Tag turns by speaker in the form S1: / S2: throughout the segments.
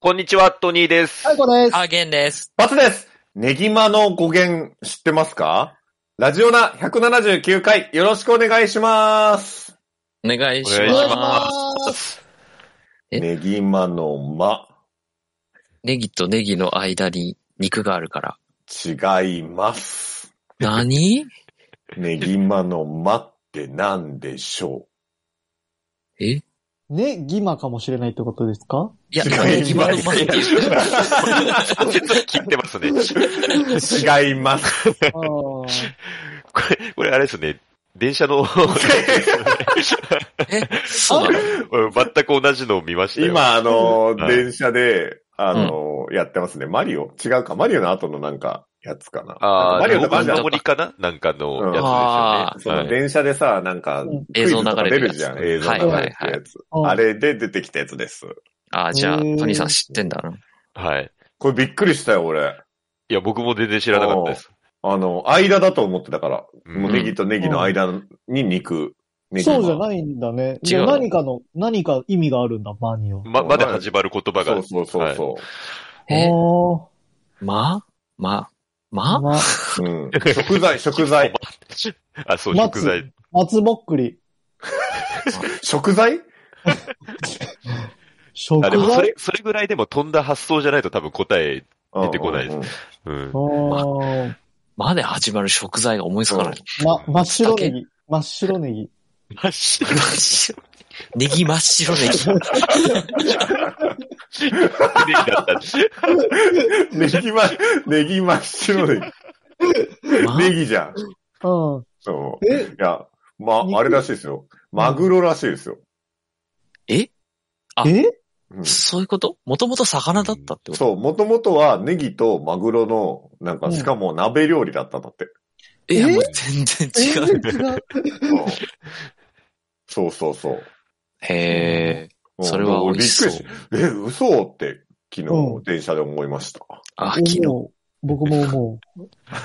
S1: こんにちは、トニーです。
S2: 最後です。
S3: あ、ゲンです。
S4: バツですネギマの語源知ってますかラジオナ179回よろしくお願いします
S3: お願いし
S1: お
S2: お
S1: 願いし
S3: ます。
S2: ます。
S3: え
S4: ネギマの間
S3: ネギとネギの間に肉があるから。
S4: 違います。
S3: 何
S4: ネギマの間って何でしょ
S3: えい
S2: ね、ギマかもしれないってことですか
S3: や、
S4: 違
S3: ネ
S4: い
S3: ギマの前っていう
S1: 切ってますね。
S4: う違います。
S2: あー
S1: これ、これあれですね。電車 の、
S3: え、 そうなの
S1: 全く同じのを見ましたよ。
S4: 今、あの、
S1: はい
S4: 電車で、あの、やってますね。マリオ違うか。マリオの後のなんか、やつかな。
S1: ああ、
S4: マリオ
S1: の
S4: とかあるじゃん
S1: 森かななんかの
S4: うん
S1: やつです
S4: そ
S1: よ
S4: の
S1: ね。はい
S4: 電車でさ、なんか
S2: うん、
S4: クイズとか出るじゃん。
S3: 映
S4: 映
S3: 像
S4: 像
S3: 流
S4: 流
S2: れ
S4: れ
S2: る
S4: てるやつ。
S2: あ
S4: あれで出てきたやつです。
S3: あ、じゃあ、
S2: う
S3: ト
S2: ーん
S3: ニーさん知ってんだな。
S1: はい。
S4: これびっくりしたよ、俺。
S1: いや、僕も全然知らなかったです。
S4: あの、間だと思ってたから。
S1: うん
S4: もうネギとネギの間に肉。ネギ
S2: そうじゃ
S4: い
S2: ないんだね。
S3: 違う
S2: で何かの、何か意味があるんだ、マニオ。
S1: ま、まだ始まる言葉が。
S4: そうそうそう
S1: はい
S4: そ
S3: え、
S2: お
S3: まま
S2: ー
S3: ま
S2: ま、
S4: う。うん。食材、食材。
S1: あ、そう、食
S2: 松
S1: 材。
S2: 松ぼっくり。
S4: 食材
S2: 食
S1: あ、でもそ
S2: 材
S1: れ、それぐらいでも飛んだ発想じゃないと多分答え、出てこないです
S4: うんうんうん
S1: うん。
S2: あー
S3: まで始まる食材が思いつか ない。
S2: ま、真っ白ネギ。真っ白ネギ。
S1: 真っ白
S3: ネギ真っ白ネギ。
S1: ネギだったんです。
S4: ネギま、ネギ真っ白ネギ。
S3: ま
S4: ネギじゃん。
S2: うん。
S4: そう。い
S2: え
S4: や、ま、
S2: 肉
S4: あれらしいですよ。マグロらしいですよ。
S3: えあ
S2: え
S4: うん
S3: そういうこともともと魚だったってこと
S4: そう、もともとはネギとマグロの、なん
S2: う
S4: か、
S2: ん
S4: しかも鍋料理だったんだって。
S3: いや、もう全然違
S2: 全
S3: う。
S2: 然違う。
S4: うんそうそうそう。
S3: へえ、
S4: うん
S3: それは美味しそう
S4: びっく。りしえ、嘘って、昨
S2: う
S4: 日、電車で思いました。
S3: あ、昨日。
S2: 思う僕も思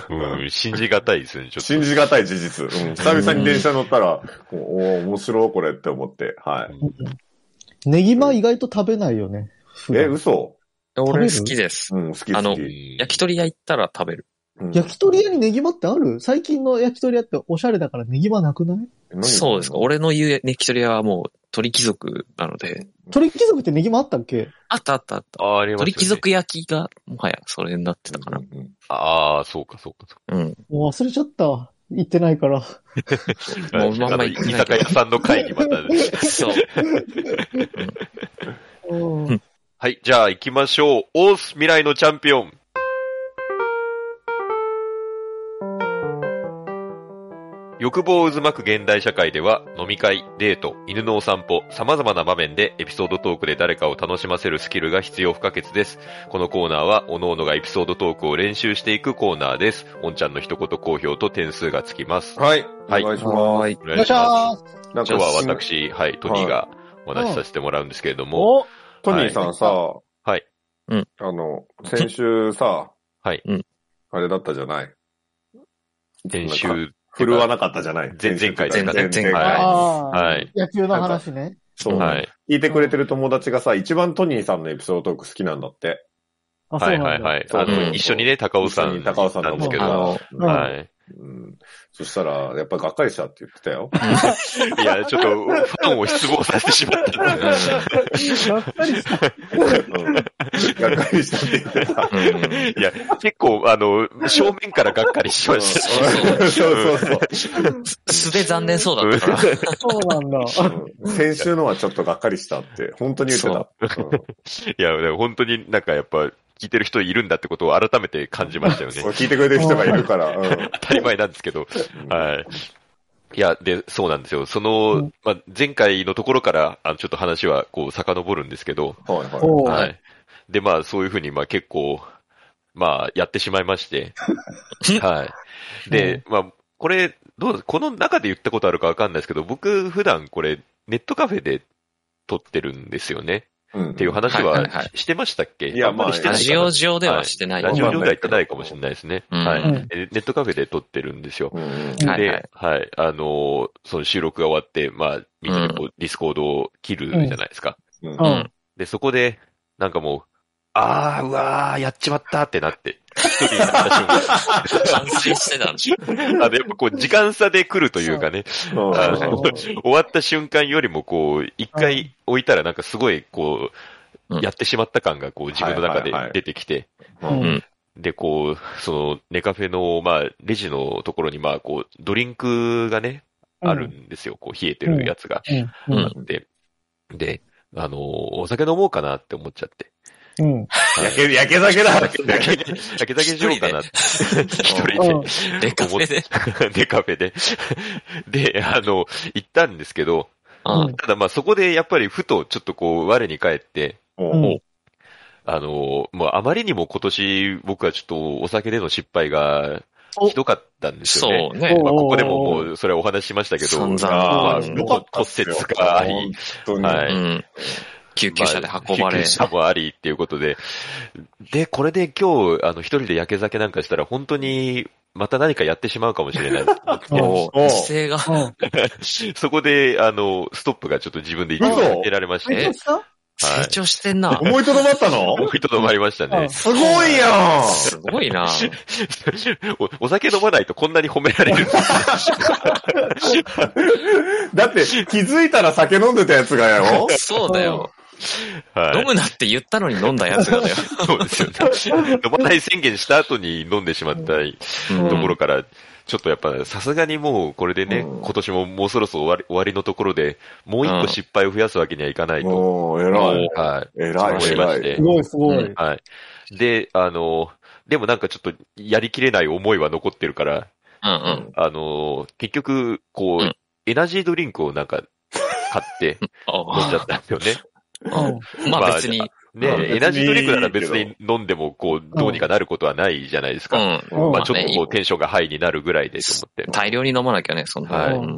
S1: うん、信じがたいですね、ちょっと。
S4: 信じがたい事実。 うん、久々に電車乗ったら、こうおー面白いこれって思って。は
S1: うん
S4: い。
S2: う。ネギマ意外と食べないよね。普
S4: え、
S2: 段
S4: 嘘
S3: 俺好きです。
S4: うん、好き
S3: あの
S4: 好
S1: う
S4: き。
S1: ん
S3: 焼き鳥屋行ったら食べる。
S4: うん
S2: 焼き鳥屋にネギマってある最近の焼き鳥屋っておしゃれだからネギマなくない
S4: 何
S3: そうですか。俺の言う焼き鳥屋はもう鳥貴族なので。
S2: 鳥貴族ってネギマあったっけ
S3: あったあったあった。
S1: あ、ありますよね
S3: 鳥貴族焼きが、もはやそれになってたかな
S4: う。ん
S1: ああ、そうか、そうか、そう
S3: うん。
S2: もう忘れちゃった。行ってないから。
S1: か。
S3: もうまんま
S1: あの居
S3: 行ってな
S1: 酒
S3: いけど
S1: 屋さんの会にまた、
S3: そう。
S2: うん
S3: うん
S1: はい、じゃあ行きましょう。オース未来のチャンピオン。欲望を渦巻く現代社会では、飲み会、デート、犬のお散歩、様々な場面でエピソードトークで誰かを楽しませるスキルが必要不可欠です。このコーナーは、おのおのがエピソードトークを練習していくコーナーです。おんちゃんの一言好評と点数がつきます。
S4: はい。
S1: はい
S4: お願いしま
S3: は
S4: す。
S3: い。
S1: お
S2: お
S1: 願
S2: 願いします。
S4: な
S1: 今
S4: ん
S1: 日は
S4: し
S1: 私、はい、トニーがお話しさせてもらうんですけれども、
S4: おトニーさんさ、
S1: はい
S3: うん
S4: あの、先週さ、
S1: はい
S3: うん
S4: あれだったじゃない
S1: 練
S4: なんか
S1: 習、
S4: 振るわなかったじゃない
S1: 前前回
S3: ですかね
S4: 前
S3: 前
S4: 々
S3: 回
S4: 回。
S2: あー
S1: はい。
S2: 野球の話ね。
S4: そう。
S1: はい。
S4: 聞いてくれてる友達がさ、一番トニーさんのエピソードトーク好きなんだって。
S2: あ、そう
S1: は
S2: ないんだ。
S1: はいはい。
S4: そう
S1: あ
S3: そう
S1: の、
S3: そう
S1: 一緒にね、高尾さ
S4: 一緒
S1: ん。
S4: に高尾さん
S1: なんですけ
S4: あ
S1: ど。
S4: の、
S2: ん
S1: はい。
S4: うん。そしたら、やっぱがっかりしたって言ってた よ。
S1: いや、ちょっと、ファンを失望させてしまったんで。
S2: がっかりした。
S4: うん。がっかりしたっ て言ってた。
S3: うん
S1: いや、結構、あの、正面からがっかりしました。
S4: うんそうそうそう。
S3: 素で残念そうだったから。
S2: そうなんだ。
S4: うん先週のはちょっとがっかりしたって、本当に言ってた。うん
S1: いや、でも本当になんかやっぱ、聞いてる人いるんだってことを改めて感じましたよね
S4: そう。聞いてくれてる人がいるから。うん
S1: 当たり前なんですけど。はい。いや、で、そうなんですよ。その、まあ、前回のところから、あの、ちょっと話は、こう、遡るんですけど、
S4: はいは
S2: おう
S1: はい。で、まあ、そういうふうに、まあ、結構、まあ、やってしまいま して。はい。で、まあ、これ、どう、この中で言ったことあるかわかんないですけど、僕、普段これ、ネットカフェで撮ってるんですよね。
S4: い。ん
S1: っていう話
S3: はい
S1: は
S3: はいはい
S1: ししてましたっけ
S4: いやまあ
S1: んりして
S3: ラ
S1: ないか
S3: ジ
S1: な
S3: オ上ではしてない。
S1: ラジオ
S4: は
S1: 上では行ってないかもしれないですね。
S3: うん
S1: はい
S2: うん。
S1: えネットカフェで撮ってるんですよ。
S4: うんうん
S2: うん
S3: はいは
S1: で
S3: い、
S1: はい、あのーその収録が終わって、まあ、みんなでこう、ディスコードを切るじゃないですか。
S4: うん
S3: うん。
S1: で、そこで、なんかもう、あー、うわー、やっちまったってなって、一人になった瞬
S3: 反省してたんでしょ。
S1: 間、あの、やっぱこう、時間差で来るというかね、あ
S2: う
S1: の
S2: ん
S1: 終わった瞬間よりもこう、一回置いたらなんかすごいこ
S3: う
S1: う、
S3: ん
S1: やってしまった感がこう、自分の中で出てきて、
S2: うん
S3: うん
S1: で、こう、その、ネカフェの、まあ、レジのところに、まあ、こう、ドリンクがね、ある。んですよ。こう、冷えてるやつが
S2: うん。うん
S1: あって。で、あのー、お酒飲もうかなって思っちゃって。
S2: うん。
S4: 焼け、焼け酒だ。
S1: 酒だけ、酒だけしようかなって。一人
S2: うん
S1: で。
S3: レカフェで。
S1: で、カフェで。で、あの、行ったんですけど、
S3: あ
S1: ただまあそこでやっぱりふとちょっとこう、我に返って、
S2: うん
S4: も
S1: あの、もうあまりにも今年僕はちょっとお酒での失敗が
S2: お
S1: ひどかったんですよね。
S3: そうね。
S1: まあ、ここでも
S2: お
S1: も
S2: ー
S1: うそれはお話ししましたけど、
S3: 散
S4: う、あ
S3: 々。
S1: まあ
S3: う
S1: うんん
S4: よかったっすよ
S1: 骨折があり。
S4: 本当に
S1: は
S3: う
S1: い
S3: ん。救急車で運ば
S1: まあ
S3: れ
S1: 救急。車もありっていうことで、で、これで今日、あの、一人で焼け酒なんかしたら本当に、また何かやってしまうかもしれない。
S3: もう、
S4: おう
S3: 姿勢が。
S2: うん。
S1: そこで、あの、ストップがちょっと自分で一回
S4: 嘘
S1: 入れられまし
S2: え、ど
S1: て
S2: う、した
S1: はい
S3: 成長してんな。
S4: 思いとどまったの
S1: 思いとどまりましたね。
S4: すごいやん
S3: すごいな。
S1: おお酒飲まないとこんなに褒められる。
S4: だって、気づいたら酒飲んでたやつがよ。
S3: そうだよ。
S1: はい
S3: 飲むなって言ったのに飲んだやつがだよ。
S1: そうですよね。飲まない宣言した後に飲んでしまった
S3: うん
S1: ところから、ちょっとやっぱさすがにもうこれでね、
S4: うん
S1: 今年ももうそろそろ終わり終わりのところで、もう一
S3: う
S1: 個
S3: ん
S1: 失敗を増やすわけにはいかないと。
S4: もう、偉い。
S1: は
S4: 偉い、
S1: そう思いま
S4: 偉
S1: して
S4: い。
S2: すごいすご い。
S1: い。で、あの、でもなんかちょっとやりきれない思いは残ってるから、
S3: うん
S1: あの、結局、こう、
S3: うん
S1: エナジードリンクをなんか買って
S3: うん。
S1: 飲んじゃったんですよね。
S2: うん。
S3: ま
S1: まあ
S3: あ別に、
S1: ね
S4: まあ別に
S1: エナジードリンクなら別に飲んでもこう、どうにかなることはないじゃないです
S3: う
S1: か。
S3: ん。
S4: うん
S1: ま
S3: ま
S1: あ
S3: あ
S1: ちょっとこ
S3: ね
S1: う、テンションがハイになるぐらいでと思って。
S3: 大量に飲まなきゃね、そんな。
S1: はい
S3: うん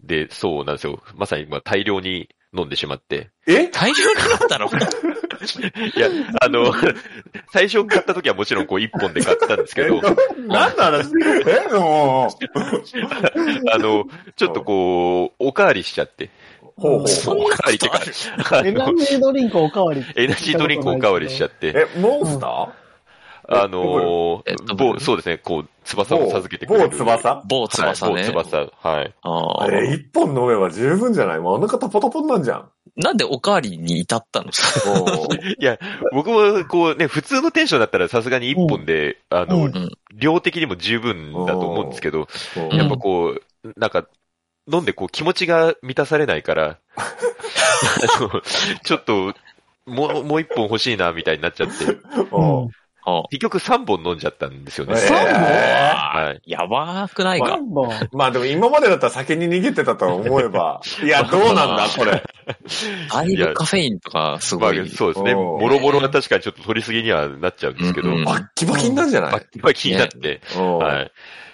S1: で、そうなんですよ。まさにまあ大量に飲んでしまって。
S4: え
S3: 大量に飲んだろ
S1: いや、あの、最初買った時はもちろんこう一本で買ったんですけど、
S4: 何の話えもう
S1: あの、ちょっとこう、おかわりしちゃって。
S4: ほうほう
S3: そん
S1: お
S3: な
S1: かわりって
S3: こと あ
S1: か
S3: る、
S1: あ
S2: エナ
S1: の、
S2: ジードリンクおかわり。
S1: エナジードリンクおかわりしちゃ
S2: っ
S1: って、
S4: え、モンスタ
S1: あの
S3: えっと、
S1: 某、そうですね、こう、
S4: ー
S1: 翼を授けてくれ
S4: 某
S1: る。
S4: 翼
S3: 某翼
S1: はい
S3: ね。
S1: 某翼。はい。
S3: あ
S4: あ
S3: ー
S4: れ、一本飲めば十分じゃないもうあの方ポタポンなんじゃん。
S3: なんでおかわりに至ったの
S1: いや、僕もこうね、普通のテンションだったらさすがに一本で、あの、
S2: うん
S1: 量的にも十分だと思うんですけど、
S4: うん
S1: やっぱこう、なんか、飲んでこう気持ちが満たされないから、あのちょっと、もう、もう一本欲しいな、みたいになっちゃって、
S4: うん
S2: うん。
S3: あ
S1: 結局三本飲んじゃったんですよね。
S2: 三本
S4: えー
S1: はい。
S3: やばくないか。
S2: 三本。
S4: まあでも今までだったら酒に逃げてたと思えば。 いや、どうなんだ、これ。
S3: だいぶカフェインとかす
S1: ま
S3: ご
S1: あ
S3: い。、
S1: そうですね。
S4: おー
S1: もろもろが確かにちょっと取りすぎにはなっちゃうんですけど、
S3: うんうん
S1: ま
S4: バッキバキになるんじゃない
S1: あ、まあ気になって、
S4: うん
S1: はい。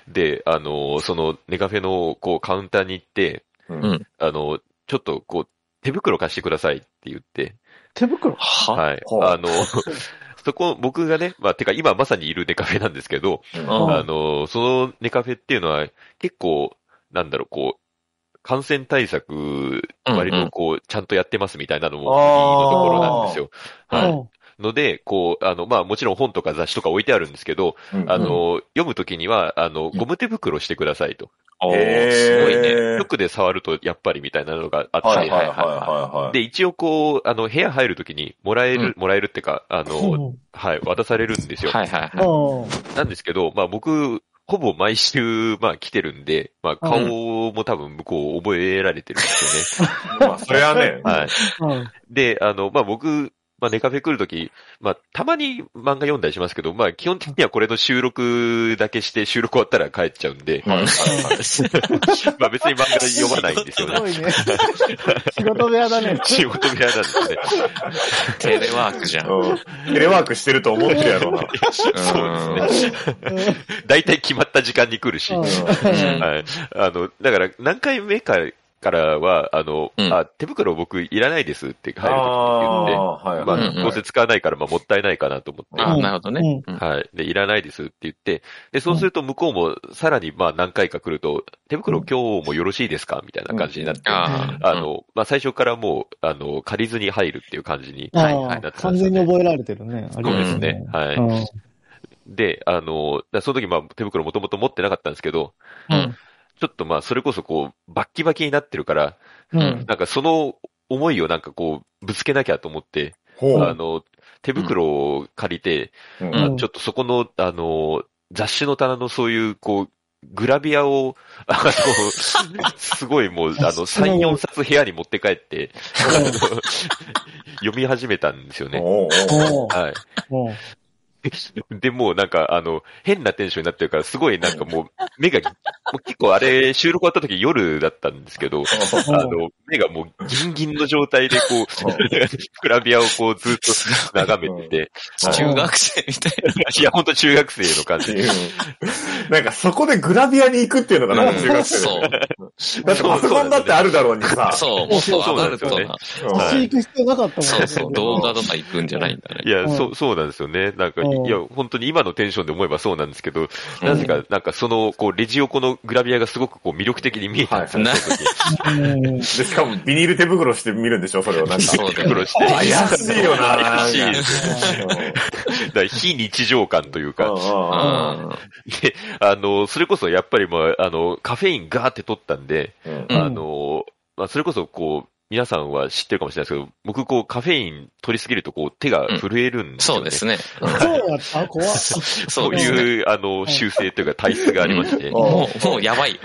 S1: で、あの、その、ネカフェの、こう、カウンターに行って、
S4: うん
S1: あの、ちょっと、こう、手袋貸してくださいって言って、
S2: 手袋。
S3: は
S1: はい。
S4: ほう
S1: あの、 そこ、僕がね、まあ、てか今まさにいるネカフェなんですけど、
S3: うん
S1: あの、そのネカフェっていうのは、結構、なんだろう、こう、感染対策、
S3: うんうん
S1: 割とこう、ちゃんとやってますみたいなのも、のところなんですよ。
S3: あー
S1: はい。
S2: い。
S1: ので、こう、あの、まあ、もちろん本とか雑誌とか置いてあるんですけど、
S4: うん
S1: あの、読むときには、あの、ゴム手袋してくださいと。
S3: お
S4: へ
S3: ー
S4: ー
S3: すごいね。
S1: よくで触ると、やっぱりみたいなのがあった
S4: は
S1: り
S4: いはいはいはい。
S1: で、一応こう、あの、部屋入るときに、もらえる、もらえるってか、あ
S2: う
S1: の、
S2: ん
S1: はい、渡されるんですよ。
S3: はいはいはい。
S2: うん
S1: なんですけど、まあ僕、ほぼ毎週、まあ来てるんで、まあ顔も多分向こう覚えられてるんですよね。
S4: まあ、それはね、
S1: はい。
S2: うん。
S1: で、あの、まあ僕、まあネカフェ来るとき、まあたまに漫画読んだりしますけど、まあ基本的にはこれの収録だけして収録終わったら帰っちゃうん で、
S3: うん
S1: まあ別に漫画読まないんですよ
S2: す
S1: ね。
S2: ごいね。仕事部屋だね。
S1: 仕事部屋なんですね。
S3: テレワークじゃん。
S4: うんテレワークしてると思ってるやろうな。
S1: そうですね。だいたい決まった時間に来るし。
S2: うん
S1: はい。あの、だから何回目かからは、あの、
S3: うん
S1: あ、手袋僕いらないですって入る時に言って、
S4: ああー、はい、
S1: ま
S4: はい。
S3: う
S1: あ、
S3: んうん
S1: どうせ使わないから、まあ、もったいないかなと思って。
S3: あ
S2: う
S3: あ、
S2: ん
S3: なるほどね。うん
S1: はい。で、いらないですって言って、で、そうすると向こうもさらにまあ何回か来ると、手袋今日もよろしいですかみたいな感じになって、
S3: ああ、
S1: あの、まあ最初からもう、あの、借りずに入るっていう感じに
S2: あ
S1: なってまし
S2: あ
S1: たね。
S2: 完全に覚えられてるね。あり
S1: そう
S2: ま
S1: ですすね。はい。
S2: うん
S1: で、あの、だその時まあ手袋もともと持ってなかったんですけど、
S3: うん
S1: ちょっとまあそれこそこう、バッキバキになってるから、
S2: うん
S3: うん
S1: なんかその思いをなんかこう、ぶつけなきゃと思って、
S4: ほ
S1: あ
S4: う。
S1: の、手袋を借りて、
S4: うん
S3: うん
S1: あちょっとそこの、あの、雑誌の棚のそういう、こう、グラビアを、 あの、すごいもう、あの、3、4冊部屋に持って帰って、あの 読み始めたんですよね。
S4: おうおう
S2: おー
S1: はい。
S2: おー
S1: で、もうなんか、あの、変なテンションになってるから、すごいなんかもう、目が、もう結構あれ、収録終わった時夜だったんですけど、あの、目がもうギンギンの状態でこう、 グラビアをこうずっと眺めてて、
S3: 中学生みたい
S1: いや、ほんと中学生の感
S4: って
S1: じ。
S4: いうなんかそこでグラビアに行くっていうのがなんか中学生だよねだってパソコンだってあるだろうにさ。
S3: な。そう、もっとアダルトな。
S4: うん
S2: 写真行く必要なかったもんね
S3: そう そう、動画とか行くんじゃないんだ
S1: い
S3: ね。
S1: や、
S2: うん
S1: そう、そうなんですよね。なんか、い
S2: うん
S1: や、本当に今のテンションで思えばそうなんですけど、
S3: うん
S1: なぜか、なんかその、こう、レジ横のグラビアがすごくこう、魅力的に見えたんですよ、
S3: はい
S1: その時。
S2: うん
S4: で、しかもビニール手袋して見るんでしょそれをなんか。
S3: そうだ
S1: 手
S3: よ
S1: 袋
S3: ね。
S1: して。
S4: 怪しいよな
S1: 怪しいです
S4: う
S1: だから非日常感というんか。
S4: う
S1: で、あの、それこそやっぱりまあ、あの、カフェインガーって取ったんで、
S4: んうん
S2: うん
S1: あの、まあ、それこそこう、皆さんは知ってるかもしれないですけど、僕こう、カフェイン取りすぎるとこう、手が震えるんですよね。
S3: そうですね。
S2: そうだった怖っ。
S3: そ
S1: そうう
S3: ですね。
S1: いう、あの、習性というか体質がありまして。
S4: うん
S3: もう、もうやばい。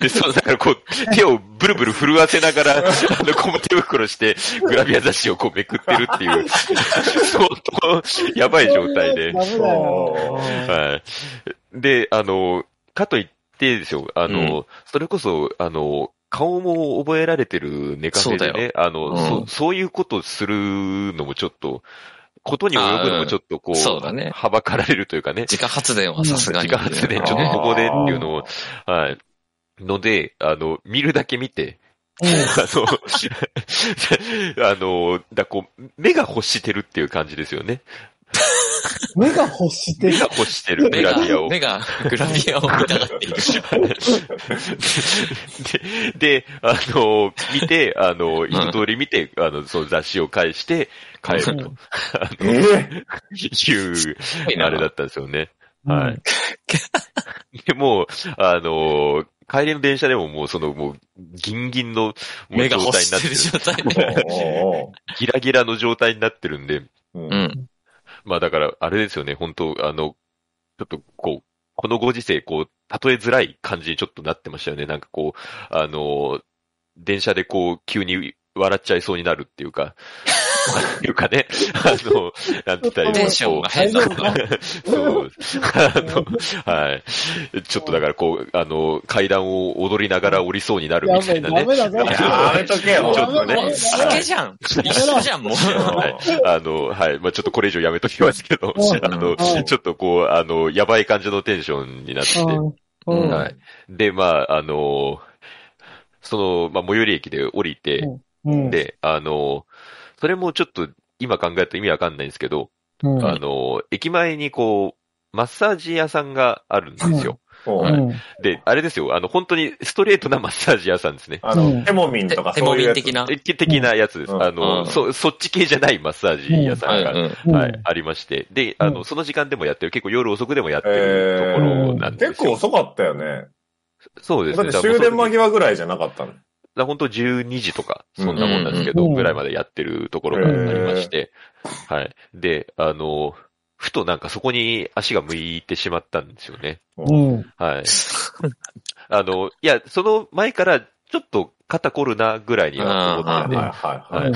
S1: で、そう、だからこう、手をブルブル震わせなが ら、あの、ゴム手袋して、グラビア雑誌をこうめくってるっていう、 相当、やばい状態で
S2: ダ。メだよ。
S1: はい。で、あの、かといってですよ、あの、それこそ、あの、顔も覚えられてる寝かせで
S3: そう
S1: ね、あの、
S3: うん
S1: そ、そういうことをするのもちょっと、ことに及ぶのもちょっとこう、
S3: あーうんそうだね
S1: はばかられるというかね。
S3: 自家発電はさすがに。
S1: 自家発電、ちょっとここでっていうのを、はい。ので、あの、見るだけ見て、 あの、 あの、だこう、目が欲してるっていう感じですよね。
S2: うん目が欲して
S1: 目
S2: る
S1: が。欲してる、グ
S3: 目
S1: ラ
S3: が
S1: ビア、を。
S3: 目がグラビアを見たがっている。
S1: で、で、あの、見て、あの、一通り見て、あの、その雑誌を返して、帰ると
S2: うん
S4: え
S1: いう、あれだったんですよね。は
S2: う
S1: い
S2: ん。
S1: で、もう、あのー帰りの電車でももうその、もう、ギンギンの、もう
S3: 目が
S1: 状
S3: 欲
S1: 態に
S3: し
S1: なって
S3: て
S1: る
S3: る。状態
S4: ぇ
S3: で。
S1: ギラギラの状態になってるんで、
S3: う
S4: うん
S3: ん。
S1: まあだから、あれですよね、本当あの、ちょっとこう、このご時世、こう、例えづらい感じにちょっとなってましたよね。なんかこう、あのー電車でこう、急に笑っちゃいそうになるっていう か、っていうかね、あの、なんて言ったらいいのか
S3: テンションが変だ
S2: 大丈夫か
S1: そう。あの、はい。ちょっとだからこう、あの、階段を踊りながら降りそうになる
S2: や
S1: みた
S2: べえ、
S1: いな
S2: ダ
S1: ね。
S2: メだ ぞ。
S4: やめとけよ。
S1: ちょっとね
S3: もう酒じゃん。一緒じゃん、もう。
S1: はい。あの、はい。まあ、ちょっとこれ以上やめときますけど、
S2: うん
S1: あの、ちょっとこう、あの、やばい感じのテンションになって、
S2: うんうん
S1: はい。で、まあ、あの、その、まあ、最寄り駅で降りて、
S2: うん。
S1: で、あの、それもちょっと今考えると意味わかんないんですけど、
S2: うん、
S1: あの、駅前にこう、マッサージ屋さんがあるんですよ。
S4: う
S2: うんん。
S1: で、あれですよ、あの、本当にストレートなマッサージ屋さんですね。
S4: あの、テモミンとか
S3: 手
S4: そ
S3: も
S4: ういう
S3: み
S4: やつ。
S3: 的な。
S1: 的的なやつです。
S4: うん
S1: あの、
S3: うん
S1: そ、そっち系じゃないマッサージ屋さんが、
S3: うん
S2: うん
S1: はい、ありまして。で、あの、
S2: うん
S1: その時間でもやってる、結構夜遅くでもやってると
S4: え
S1: ころ
S2: ー
S1: なんで
S4: 結
S1: すよ。
S4: 構遅かったよね。
S1: そうです
S4: だっ
S1: ね。
S4: て終電間
S1: だか
S4: 際ぐらいじゃなかったの。
S1: ら本当12時とか、そんなもんなんですけど、
S2: うん
S1: ぐらいまでやってるところがありまして、はい。で、あの、ふとなんかそこに足が向いてしまったんですよね。
S2: うん。
S1: はい。あの、いや、その前からちょっと肩こるなぐらいには思っ
S4: は
S1: て
S4: い
S1: て、
S4: はい
S1: は
S4: はいい。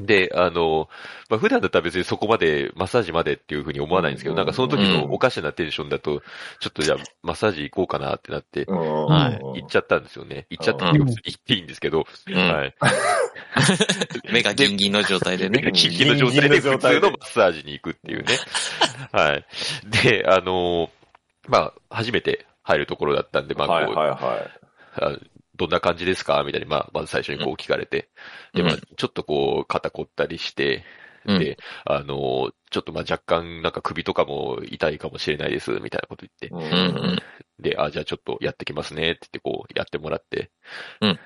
S1: で、あの、まあ、普段だったら別にそこまでマッサージまでっていうふうに思わないんですけど、
S4: うん
S1: なんかその時のおかしなテンションだと、ちょっとじゃあマッサージ行こうかなってなって、
S4: うん
S1: はい、
S4: うん
S1: 行っちゃったんですよね。行っちゃったっていうか
S2: うん
S1: 行っていいんですけど、
S3: うん
S1: はい。
S3: 目がギンギンの状態でね。
S1: 緊急の状態で普通のマッサージに行くっていうね。はい。で、あの、まあ、初めて入るところだったんで、まあ、こう、
S4: はいはいはい。
S1: あどんな感じですかみたいに、まあ、まず最初にこう聞かれて。で、まあ、ちょっとこう、肩凝ったりして、
S3: うん
S1: で、あの、ちょっとまあ若干なんか首とかも痛いかもしれないです、みたいなこと言って。
S4: うん
S3: うんうん。
S1: で、あ、じゃあちょっとやってきますね、って言ってこう、やってもらって。
S3: うん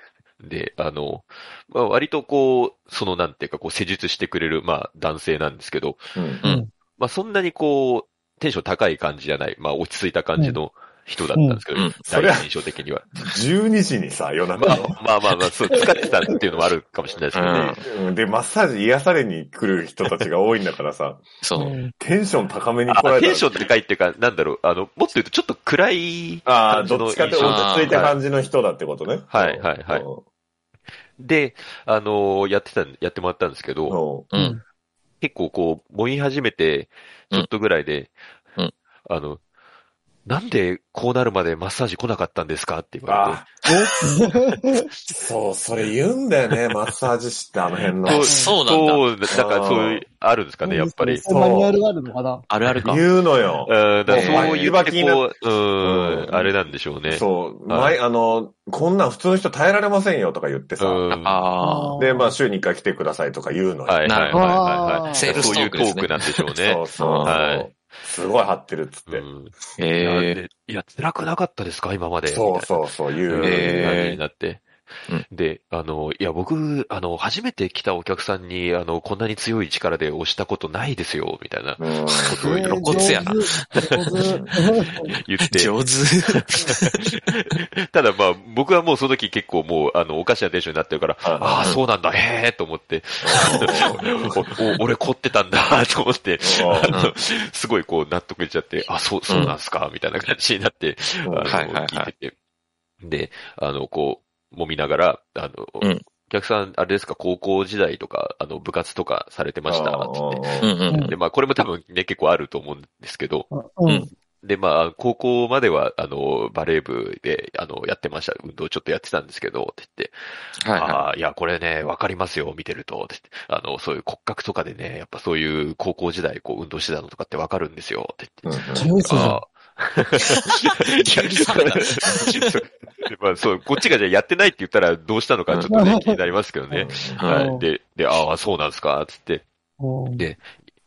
S1: で、あの、まあ、割とこう、そのなんていうか、こう、施術してくれる、まあ、男性なんですけど、
S4: うん
S3: うん
S1: まあ、そんなにこう、テンション高い感じじゃない、まあ、落ち着いた感じの人だったんですけど、
S3: うんうん
S1: 第一印象的には。
S4: 12時にさ、夜
S1: ま
S4: 中
S1: あ
S4: の。
S1: まあまあまあ、そう、疲れてたっていうのもあるかもしれないですけどね。
S4: うんで、マッサージ癒されに来る人たちが多いんだからさ、
S3: そう。
S4: テンション高めに来られた
S1: あ
S4: ら。
S1: テンション高いっていうか、なんだろう、あの、もっと言うとちょっと暗い
S4: ああ、
S1: 感じ
S4: ど
S1: の
S4: っ
S1: 印
S4: ちかって
S1: 象
S4: 落ち着いた感じの人だってことね。
S1: はいはいはいで、あの、やってたん、やってもらったんですけど、
S4: うん
S3: う
S2: うんん。
S1: 結構こう、燃え始めて、ちょっとぐらいで、
S3: うん
S1: あの、なんでこうなるまでマッサージ来なかったんですかって言わ
S4: あそう、それ言うんだよね、マッサージ師ってあの
S1: れ
S4: 辺
S1: て。
S2: あ
S4: の。
S3: そうなんだ。
S1: そう、なんかそういう、あるんですかね、やっぱり。
S2: そうマニュアルがあるのかな
S3: あるあるか。
S4: 言うのよ。
S1: うん、だからそう言ってこう、
S4: になっ
S1: う、
S4: うんん
S1: あれなんでしょうね。
S4: そう、
S1: は
S4: 前、あの、こんなん普通の人耐えられませんよとか言って
S1: う
S4: さ。
S1: ん。は
S3: ああ。
S4: で、まあ、週に1回来てくださいとか言うの
S1: い
S4: よ。
S1: はいはいはいは
S2: あー
S1: い。
S3: セールストークです
S1: そ
S3: ね
S1: ういうトークなんでしょうね
S4: そ。うそう
S1: は
S4: そ。
S1: いう
S4: すごい張ってるっつっ
S1: う
S4: て。
S1: んいや
S3: え
S1: でいや、辛くなかったですか今まで。
S4: そうそうそう、言うのよ。
S3: え
S1: 感じになって
S3: うん。
S1: で、あの、いや、僕、あの、初めて来たお客さんに、あの、こんなに強い力で押したことないですよ、みたいな
S4: うん
S1: ことを
S2: えー
S1: 言
S3: 露骨やな
S2: 上手上
S1: 言っ
S3: え。
S1: て、
S3: 上 手。
S1: ただまあ、僕はもうその時結構もう、あの、おかしなテンションになってるから、ああ、
S4: うん
S1: そうなんだ、へえ、と思って、おお俺凝ってたんだ、と思って、あのすごいこう納得いっちゃって、あ、そう、そうなんすか、みたいな感じになって、あの、
S4: うん
S3: はいはいはい
S1: 聞いてて。で、あの、こう、揉みながら、あの、
S3: うん
S1: お客さん、あれですか、高校時代とか、あの、部活とかされてました、つって。
S3: うん
S2: う
S1: で、まあ、これも多分ね、結構あると思うんですけど、
S2: 手う
S3: うんん
S1: で、まあ、高校までは、あの、バレー部で、あの、やってました。運動ちょっとやってたんですけど、って言って、
S3: はいは
S1: ああ、いや、これね、わかりますよ、見てると、って言ってあの、そういう骨格とかでね、やっぱそういう高校時代、こう、運動してたのとかってわかるんですよ、って言って。
S2: 強いっすね
S1: ああいや
S3: 急に冷めた
S1: そうで まあ、そう、こっちがじゃあやってないって言ったらどうしたのかちょっとね、気になりますけどね。
S3: うん
S1: はい。で、で、ああ、そうなんですか、つって。
S2: うん
S1: で、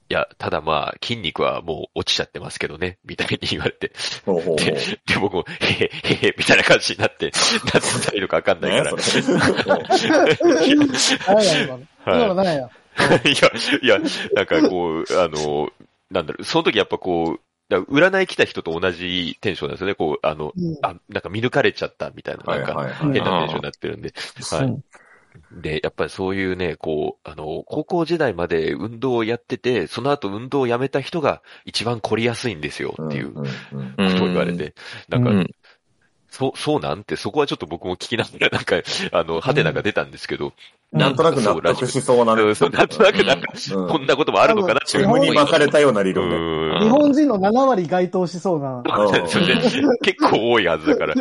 S1: いや、ただまあ、筋肉はもう落ちちゃってますけどね、みたいに言われて。
S4: ほうほうほう
S1: で、僕も、へへ、へへ、みたいな感じになって、なってたらいいのかわかんないから。
S4: ね
S1: い
S4: それ
S1: はい
S2: 何や今の今の何や
S1: や、いや、なんかこう、あの、なんだろう、その時やっぱこう、だから占い来た人と同じテンションなんですよね。こう、あの、
S2: うん
S1: あ、なんか見抜かれちゃったみたいな、
S4: は
S1: ないんか、
S4: はいはい
S1: 変なテンションになってるんで。は
S2: う
S1: い。
S2: ん
S1: で、やっぱりそういうね、こう、あの、高校時代まで運動をやってて、その後運動をやめた人が一番凝りやすいんですよっていうこ
S4: んんうん
S3: い。うん
S1: とを言われ。て、
S2: うん
S1: な
S3: う
S1: か、
S3: んん。
S1: そ、そうなんて、そこはちょっと僕も聞きながら、なんか、あの、ハテナが出たんですけど、
S4: なんとなく納得しそうなね。
S1: うんそうなんとなくなんか、
S4: うん
S1: こんなこともあるのかなっていう。
S2: 多
S4: 煙
S2: 分
S4: に巻かれたような理
S1: う
S4: 論で。
S1: ん
S2: 日本人の7割該当しそうな。
S1: そうなん
S4: うん
S1: ですよね。 結構多いはずだから。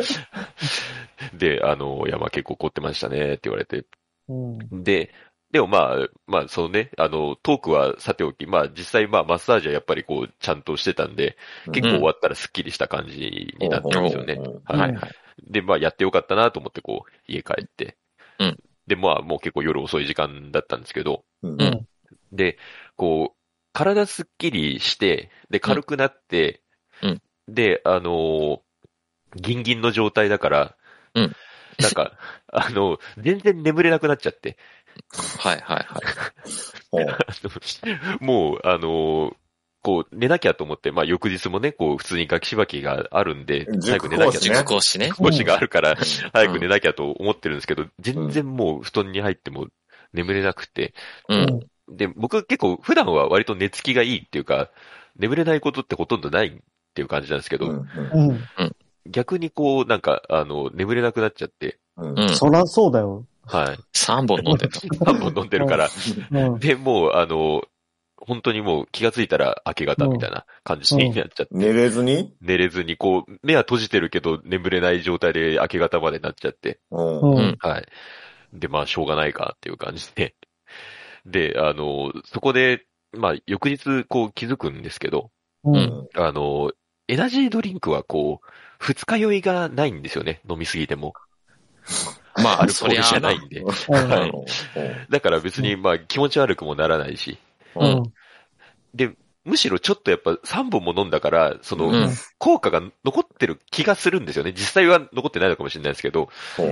S1: で、あの、いや、まあ結構凝ってましたねって言われて。
S2: うん
S1: で、でもまあ、まあ、そのね、あの、トークはさておき、まあ実際まあマッサージはやっぱりこう、ちゃんとしてたんで、結構終わったらスッキリした感じになったんですよね
S4: うんうん。
S1: はい
S3: はいはい。
S1: で、まあやってよかったなと思ってこう、家帰って。
S3: うん
S1: で、まあもう結構夜遅い時間だったんですけど、
S4: うん
S3: うん
S1: で、こう、体すっきりして、で、軽くなって、
S3: うん
S1: で、あのーギンギンの状態だから、
S3: うん
S1: なんか、あの、全然眠れなくなっちゃって、
S3: はいはいはい。
S4: ほう
S1: あのもう、あのーこう、寝なきゃと思って、まあ、翌日もね、こう、普通にガキしばきがあるんで、早く寝なきゃ
S4: 塾
S1: ね
S3: 塾講師ね。
S1: 講師があるから、早く寝
S3: ね。
S1: なきゃと思ってるんですけど、全然もう布団に入っても眠れなくて、
S3: うん。
S1: で、僕結構普段は割と寝つきがいいっていうか、眠れないことってほとんどないっていう感じなんですけど、
S4: うん
S2: うん。
S1: 逆にこう、なんか、あの、眠れなくなっちゃって、
S4: うん
S3: う
S4: うん
S3: ん。
S2: そらそうだよ。
S1: はい。
S3: 3本飲んでた。
S1: 3本飲んでるから、
S2: うん。
S1: で、もう、あの、本当にもう気がついたら明け方みたいな感じになっちゃって、
S4: 寝れずに
S1: 寝れずにこう、目は閉じてるけど眠れない状態で明け方までなっちゃって、
S4: う
S2: う
S4: ん
S3: うん
S2: ん。
S1: はい。で、まあ、しょうがないかっていう感じで。 で、あの、そこで、まあ、翌日、こう気づくんですけど、
S2: う。
S4: うんん
S1: あの、エナジードリンクはこう、二日酔いがないんですよね、飲みすぎても。 まあ、アルコ
S3: そ
S1: ー
S3: り
S1: ル
S3: ゃあ
S1: じゃないんで。
S2: うん
S1: はいだから別に、まあ、気持ち悪くもならないし。
S3: う
S2: うん
S3: ん。
S1: で、むしろちょっとやっぱ3本も飲んだから、その、
S3: うん
S1: 効果が残ってる気がするんですよね。実際は残ってないのかもしれないですけど、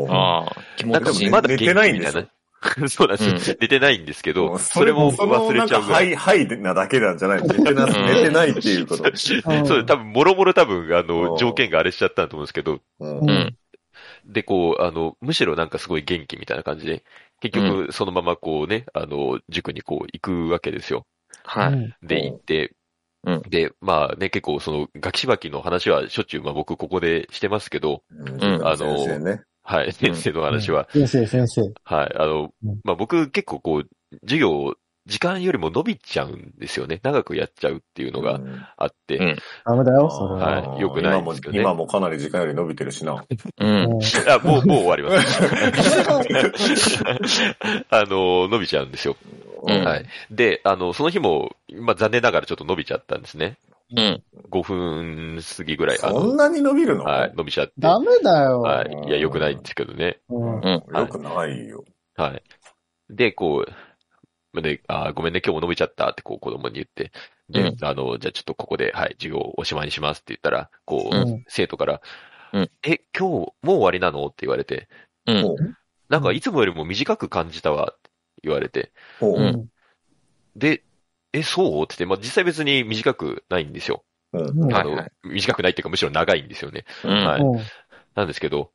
S3: ああ、気持
S1: なんか
S3: ちいい。
S1: まだ元気みた
S4: 寝てないんですよ
S1: な そうなんですよ。寝てないんですけ
S4: も
S1: ど、
S4: う
S1: それも忘れちゃうぐ
S4: そのなんか、
S1: ら。
S4: はいい、はいなだけなんじゃない寝てな、
S3: ん
S4: 寝てないっていうこと。
S2: うん
S1: そう、多分、もろもろ多分、あ
S4: うん
S1: の、条件があれしちゃったんだと思うんですけど、
S4: うん
S2: う
S3: うんん。
S1: で、こう、あの、むしろなんかすごい元気みたいな感じで、結局、そのままこうね、あの、塾にこう行くわけですよ。
S3: は
S2: う
S3: い。
S2: ん
S1: で、
S4: うん
S1: 行って、
S3: うん
S1: で、まあね、結構その、ガキしばきの話はしょっちゅう、まあ僕ここでしてますけど、
S4: うん
S1: あの
S4: 先生ね。
S1: はい、先生の話は、
S2: 先生、先生。
S1: はい、あの
S2: うん、
S1: まあ僕結構こう、授業、時間よりも伸びちゃうんですよね。長くやっちゃうっていうのが
S4: うん
S1: あって、
S3: うん
S2: ダメだよ、それは。
S1: はい良くないんですけどね
S4: 今も、今もかなり時間より伸びてるしな。
S3: う
S2: うん
S3: ん。
S1: あ、もう、もう終わります。あの、伸びちゃうんですよ。
S3: うん
S1: はい。で、あの、その日も、まあ残念ながらちょっと伸びちゃったんですね。
S3: うん。
S1: 5分過ぎぐらい。あ
S4: そん
S1: の、
S4: なに伸びるの
S1: はい、伸びちゃって。
S2: ダ
S1: は
S2: メだよ。
S1: い。いや、良くないんですけどね。
S2: うん
S3: うん
S4: よくないよ。
S1: はい。で、こう、で、あーごめんね、今日も伸びちゃったって、こう、子供に言って。で、
S3: うん
S1: あの、じゃあちょっとここで、はい、授業をおしまいにしますって言ったら、こう、
S2: うん
S1: 生徒から、
S3: うん
S1: え、今日もう終わりなのって言われて、
S3: うん。
S1: なんかいつもよりも短く感じたわって言われて、
S4: ほう。
S3: うん
S1: で、え、そうって言って、まあ、実際別に短くないんですよ。
S4: うん
S2: はい
S1: あの、短くないっていうか、むしろ長いんですよね。
S3: う
S1: は
S3: ん。
S1: いなんですけど、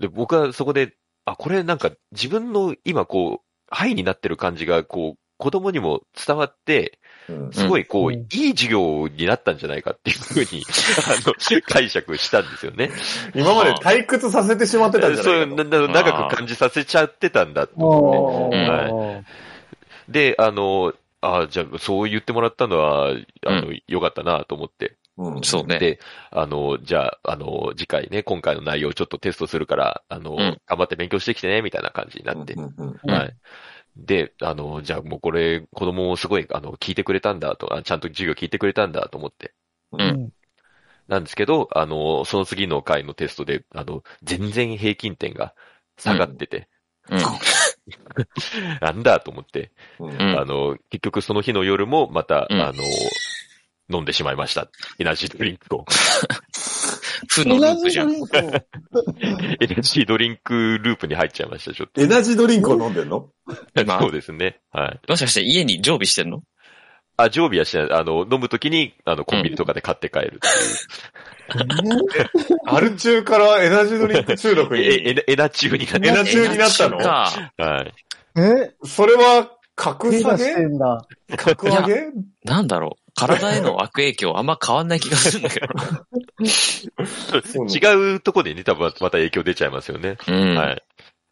S1: で、僕はそこで、あ、これなんか自分の今こう、はいになってる感じが、こう、子供にも伝わって、
S4: うん
S1: すごいこう、
S2: うん
S1: いい授業になったんじゃないかっていうふうに、あの、解釈したんですよね。
S4: 今まで退屈させてしまって
S1: そ
S4: たんじゃな
S1: う、
S4: い
S1: な
S4: かと
S1: な長く感じさせちゃってたんだと思って。
S2: おー
S1: はで、あの、あじゃあ、そう言ってもらったのは、あの、よかったなと思って。
S4: うん
S3: そうね。
S1: で、あの、じゃあ、あの、次回ね、今回の内容をちょっとテストするから、あの、
S3: ん
S1: 頑張って勉強してきてね、みたいな感じになって
S4: う。んうん
S2: うん
S1: はい。で、あの、じゃあもうこれ、子供もすごい、あの、聞いてくれたんだと、あちゃんと授業聞いてくれたんだと思って。
S3: うん
S2: うん
S1: なんですけど、あの、その次の回のテストで、あの、全然平均点が下がってて、
S3: うん。
S1: なんだと思って、
S4: うん
S3: うん
S1: あの、結局その日の夜もまた、
S3: うん
S1: あの、飲んでしまいました。エナジードリンクを。
S3: 負のルー
S2: 同じ
S3: プじ
S2: ド
S3: ゃん。
S2: リンクを
S1: エナジードリンクループに入っちゃいました、ちょっ
S4: エナジードリンクを飲んでんの
S1: と。
S3: 今
S1: そうですね。はい。
S3: もしかして家に常備してんの
S1: あ、常備はしない。あの、飲むときに、あの、コンビニとかで買って帰るっ
S4: アル中からエナジードリンク中毒
S1: ていう。え、
S4: に、
S1: え、えエナ中になっ
S4: エ
S1: て。
S4: ナ中になったの
S3: エナ中か
S1: はい。
S2: え
S4: それは格
S2: 手
S4: 下
S2: がし
S4: げ
S2: てんだ。
S4: 格上げ
S3: なんだろう。体への悪影響あんま変わんない気がするんだけど。
S4: そうなの
S1: 違うとこでね、多分また影響出ちゃいますよね。
S3: うん。
S1: はい。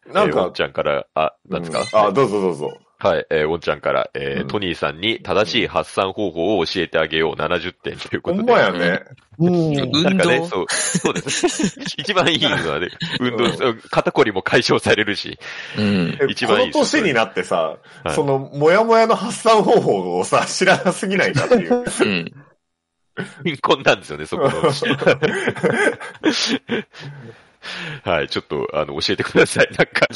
S4: なん
S1: えーお
S4: か
S1: ん、ちゃんから、あ、なんですか、
S4: うんあ、どうぞどうぞ。
S1: はい、えー、おんちゃんから、えー
S4: うん
S1: トニーさんに正しい発散方法を教えてあげよう70点というこ
S4: ほ
S1: とで。
S4: んまやね。
S2: うん。
S1: なん
S3: 運
S1: かね、
S3: 動
S1: そう、そうです。 一番いいのはね、運動、
S4: うん
S1: そう肩こりも解消されるし、
S3: うん。
S4: え
S1: 一番いいです
S4: この年になってさ、
S1: はい
S4: その、もやもやの発散方法をさ、知らなすぎないかっていう。
S3: うん。
S1: 貧困なんですよね、そこの。 はい、ちょっと、あの、教えてください。なんか、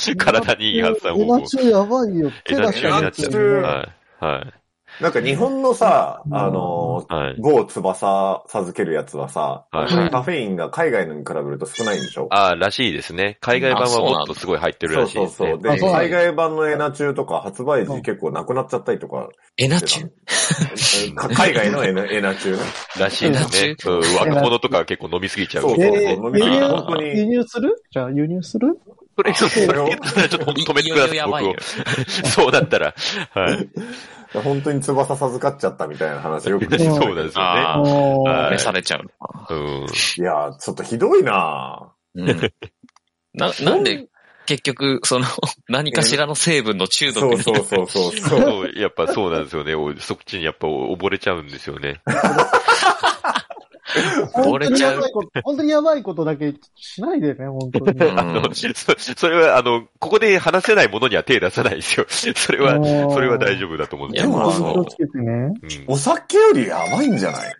S1: 体にいい発散方
S2: エナ
S1: 法。
S2: 中やばいよ。手がし
S4: エナ
S2: て
S4: 中
S2: ん
S4: にな
S2: だ。
S1: はい、はい、
S4: なんか日本のさ、あの、
S1: はい。
S4: 某翼授けるやつはさ、
S1: はい
S4: カフェインが海外のに比べると少ないんでしょ
S1: ああ、らしいですね。海外版
S3: あ
S1: は
S3: そうなんだ
S1: もっとすごい入ってる
S4: そ
S1: ら
S4: う
S1: しい
S4: そ
S1: で
S4: う
S1: す
S4: そ
S1: ね
S4: う。。で、
S2: そうなんだ
S4: 海外版のエナ中とか発売
S2: う
S4: 時
S2: ん
S4: 結構なくなっちゃったりとか
S3: エナ
S4: して
S3: 中
S4: た。海外のエナエナ中ね。
S1: らしいですね。うん若者とか結構飲みすぎちゃう
S4: そ。うそう
S2: え
S4: そう。飲み
S2: ー
S4: 会
S1: やい
S4: が
S1: や
S4: 本当
S2: 輸入、輸
S4: に。
S2: 入するじゃあ輸入する
S1: それ、それ、それちょっと止めてくだ
S3: いよいよ
S1: さい、
S3: やばい
S1: 僕
S3: よ
S1: を。 そうだったら。はい。
S4: 本当に翼授かっちゃったみたいな話よく聞く
S1: そうなんですよね。
S3: あ
S1: は
S2: あ
S1: い
S3: 召されちゃうの
S1: うん。
S4: いやー、ちょっとひどいな
S3: うん。 な、なんで、結局、その、 何かしらの成分の中毒
S4: そう
S3: に。
S4: そうそうそうそう。
S1: そ う、やっぱそうなんですよね。おそっちにやっぱ溺れちゃうんですよね。
S2: 本当
S3: 溺れ
S2: に
S3: ちゃ
S2: や
S3: う
S2: ばいこと、本当にやばいことだけしないでね、本当に。
S1: あの、 そ、それは、あの、ここで話せないものには手出さないですよ。 それは、それは大丈夫だと思うんで
S3: い
S1: す
S3: や
S1: よ。
S3: まあ
S2: 本当に気をつけてね。
S1: うん
S4: お酒よりやばいんじゃない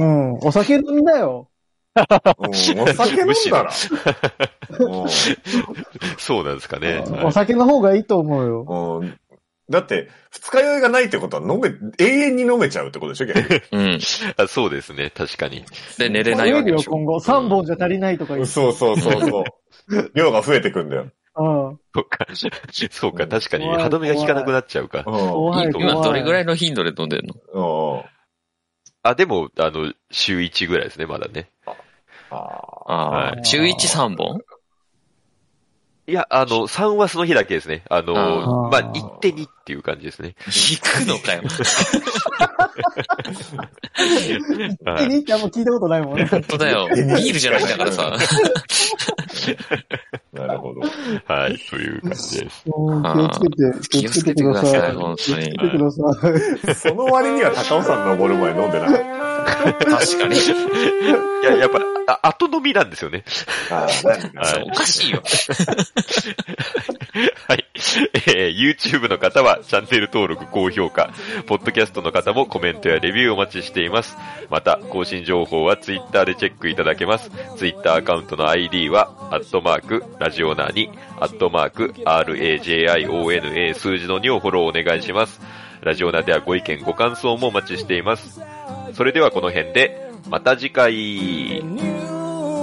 S2: うん。お酒飲みだよ。
S4: うんお酒 飲んだら。うん
S1: そうなんですかね。
S2: お
S1: はい
S2: 酒の方がいいと思うよ。
S4: うんだって、二日酔いがないってことは飲め、永遠に飲めちゃうってことでしょ逆
S3: う
S4: に
S3: ん。
S1: あそうですね、確かに。
S3: で、寝れないわけでし
S2: 今
S3: ょ。
S2: 後、3本じゃ足りないとか言う。
S4: そうそうそうそう。量が増えてくんだよ。
S2: うん。
S1: そうか、そう
S4: う
S1: か、
S4: ん
S1: 確かに
S2: 怖い
S1: 歯止めが効かなくなっちゃうか。
S4: う
S2: 怖い、怖い。
S3: 今どれぐらいの頻度で飲んでんの
S4: ん。うん。
S1: あ、でも、あの、週1ぐらいですね、まだね。
S4: あ
S3: ああ、
S2: はい
S3: 中1、3本
S1: いや、あの、3はその日だけですね。あの、
S2: あー
S1: まあ、1.2っていう感じですね。
S3: 引くのかよ。
S1: はい
S2: いいってあんま聞いたことないもんね。
S3: 本当だよ。ビールじゃないんだからさ。
S4: あ、なるほど。
S1: はい、という感じ です。
S2: うん気をつけて、
S3: 気をつけてください、
S2: 気
S3: 本当
S2: をつ
S3: に。
S2: けてください。
S4: その割には高尾山登る前飲んでなかっ
S3: 確かに。そ
S1: い
S3: う
S1: や、やっぱ、あ後飲みなんですよね。
S4: た。ああ
S1: はい
S3: おかしいよ。
S1: はい。えー YouTube の方はチャンネル登録、高評価。ポッドキャストの方もコメントやレビューお待ちしています。また、更新情報は Twitter でチェックいただけます。Twitter アカウントの ID は、アットマーク、ラジオナーに、アットマーク、RAJIONA 数字の2をフォローお願いします。ラジオナではご意見、ご感想もお待ちしています。それではこの辺で、また次回。
S5: New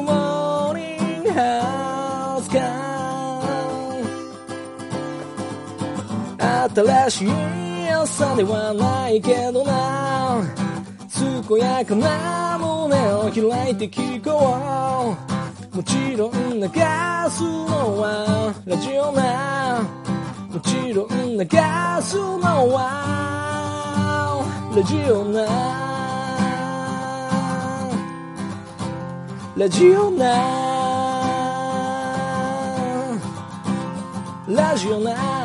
S5: morning has come 新しい朝ではないけどな健やかな胸を開いて聞こうもちろん流すのはラジオなもちろん流すのはラジオなラジオなラジオな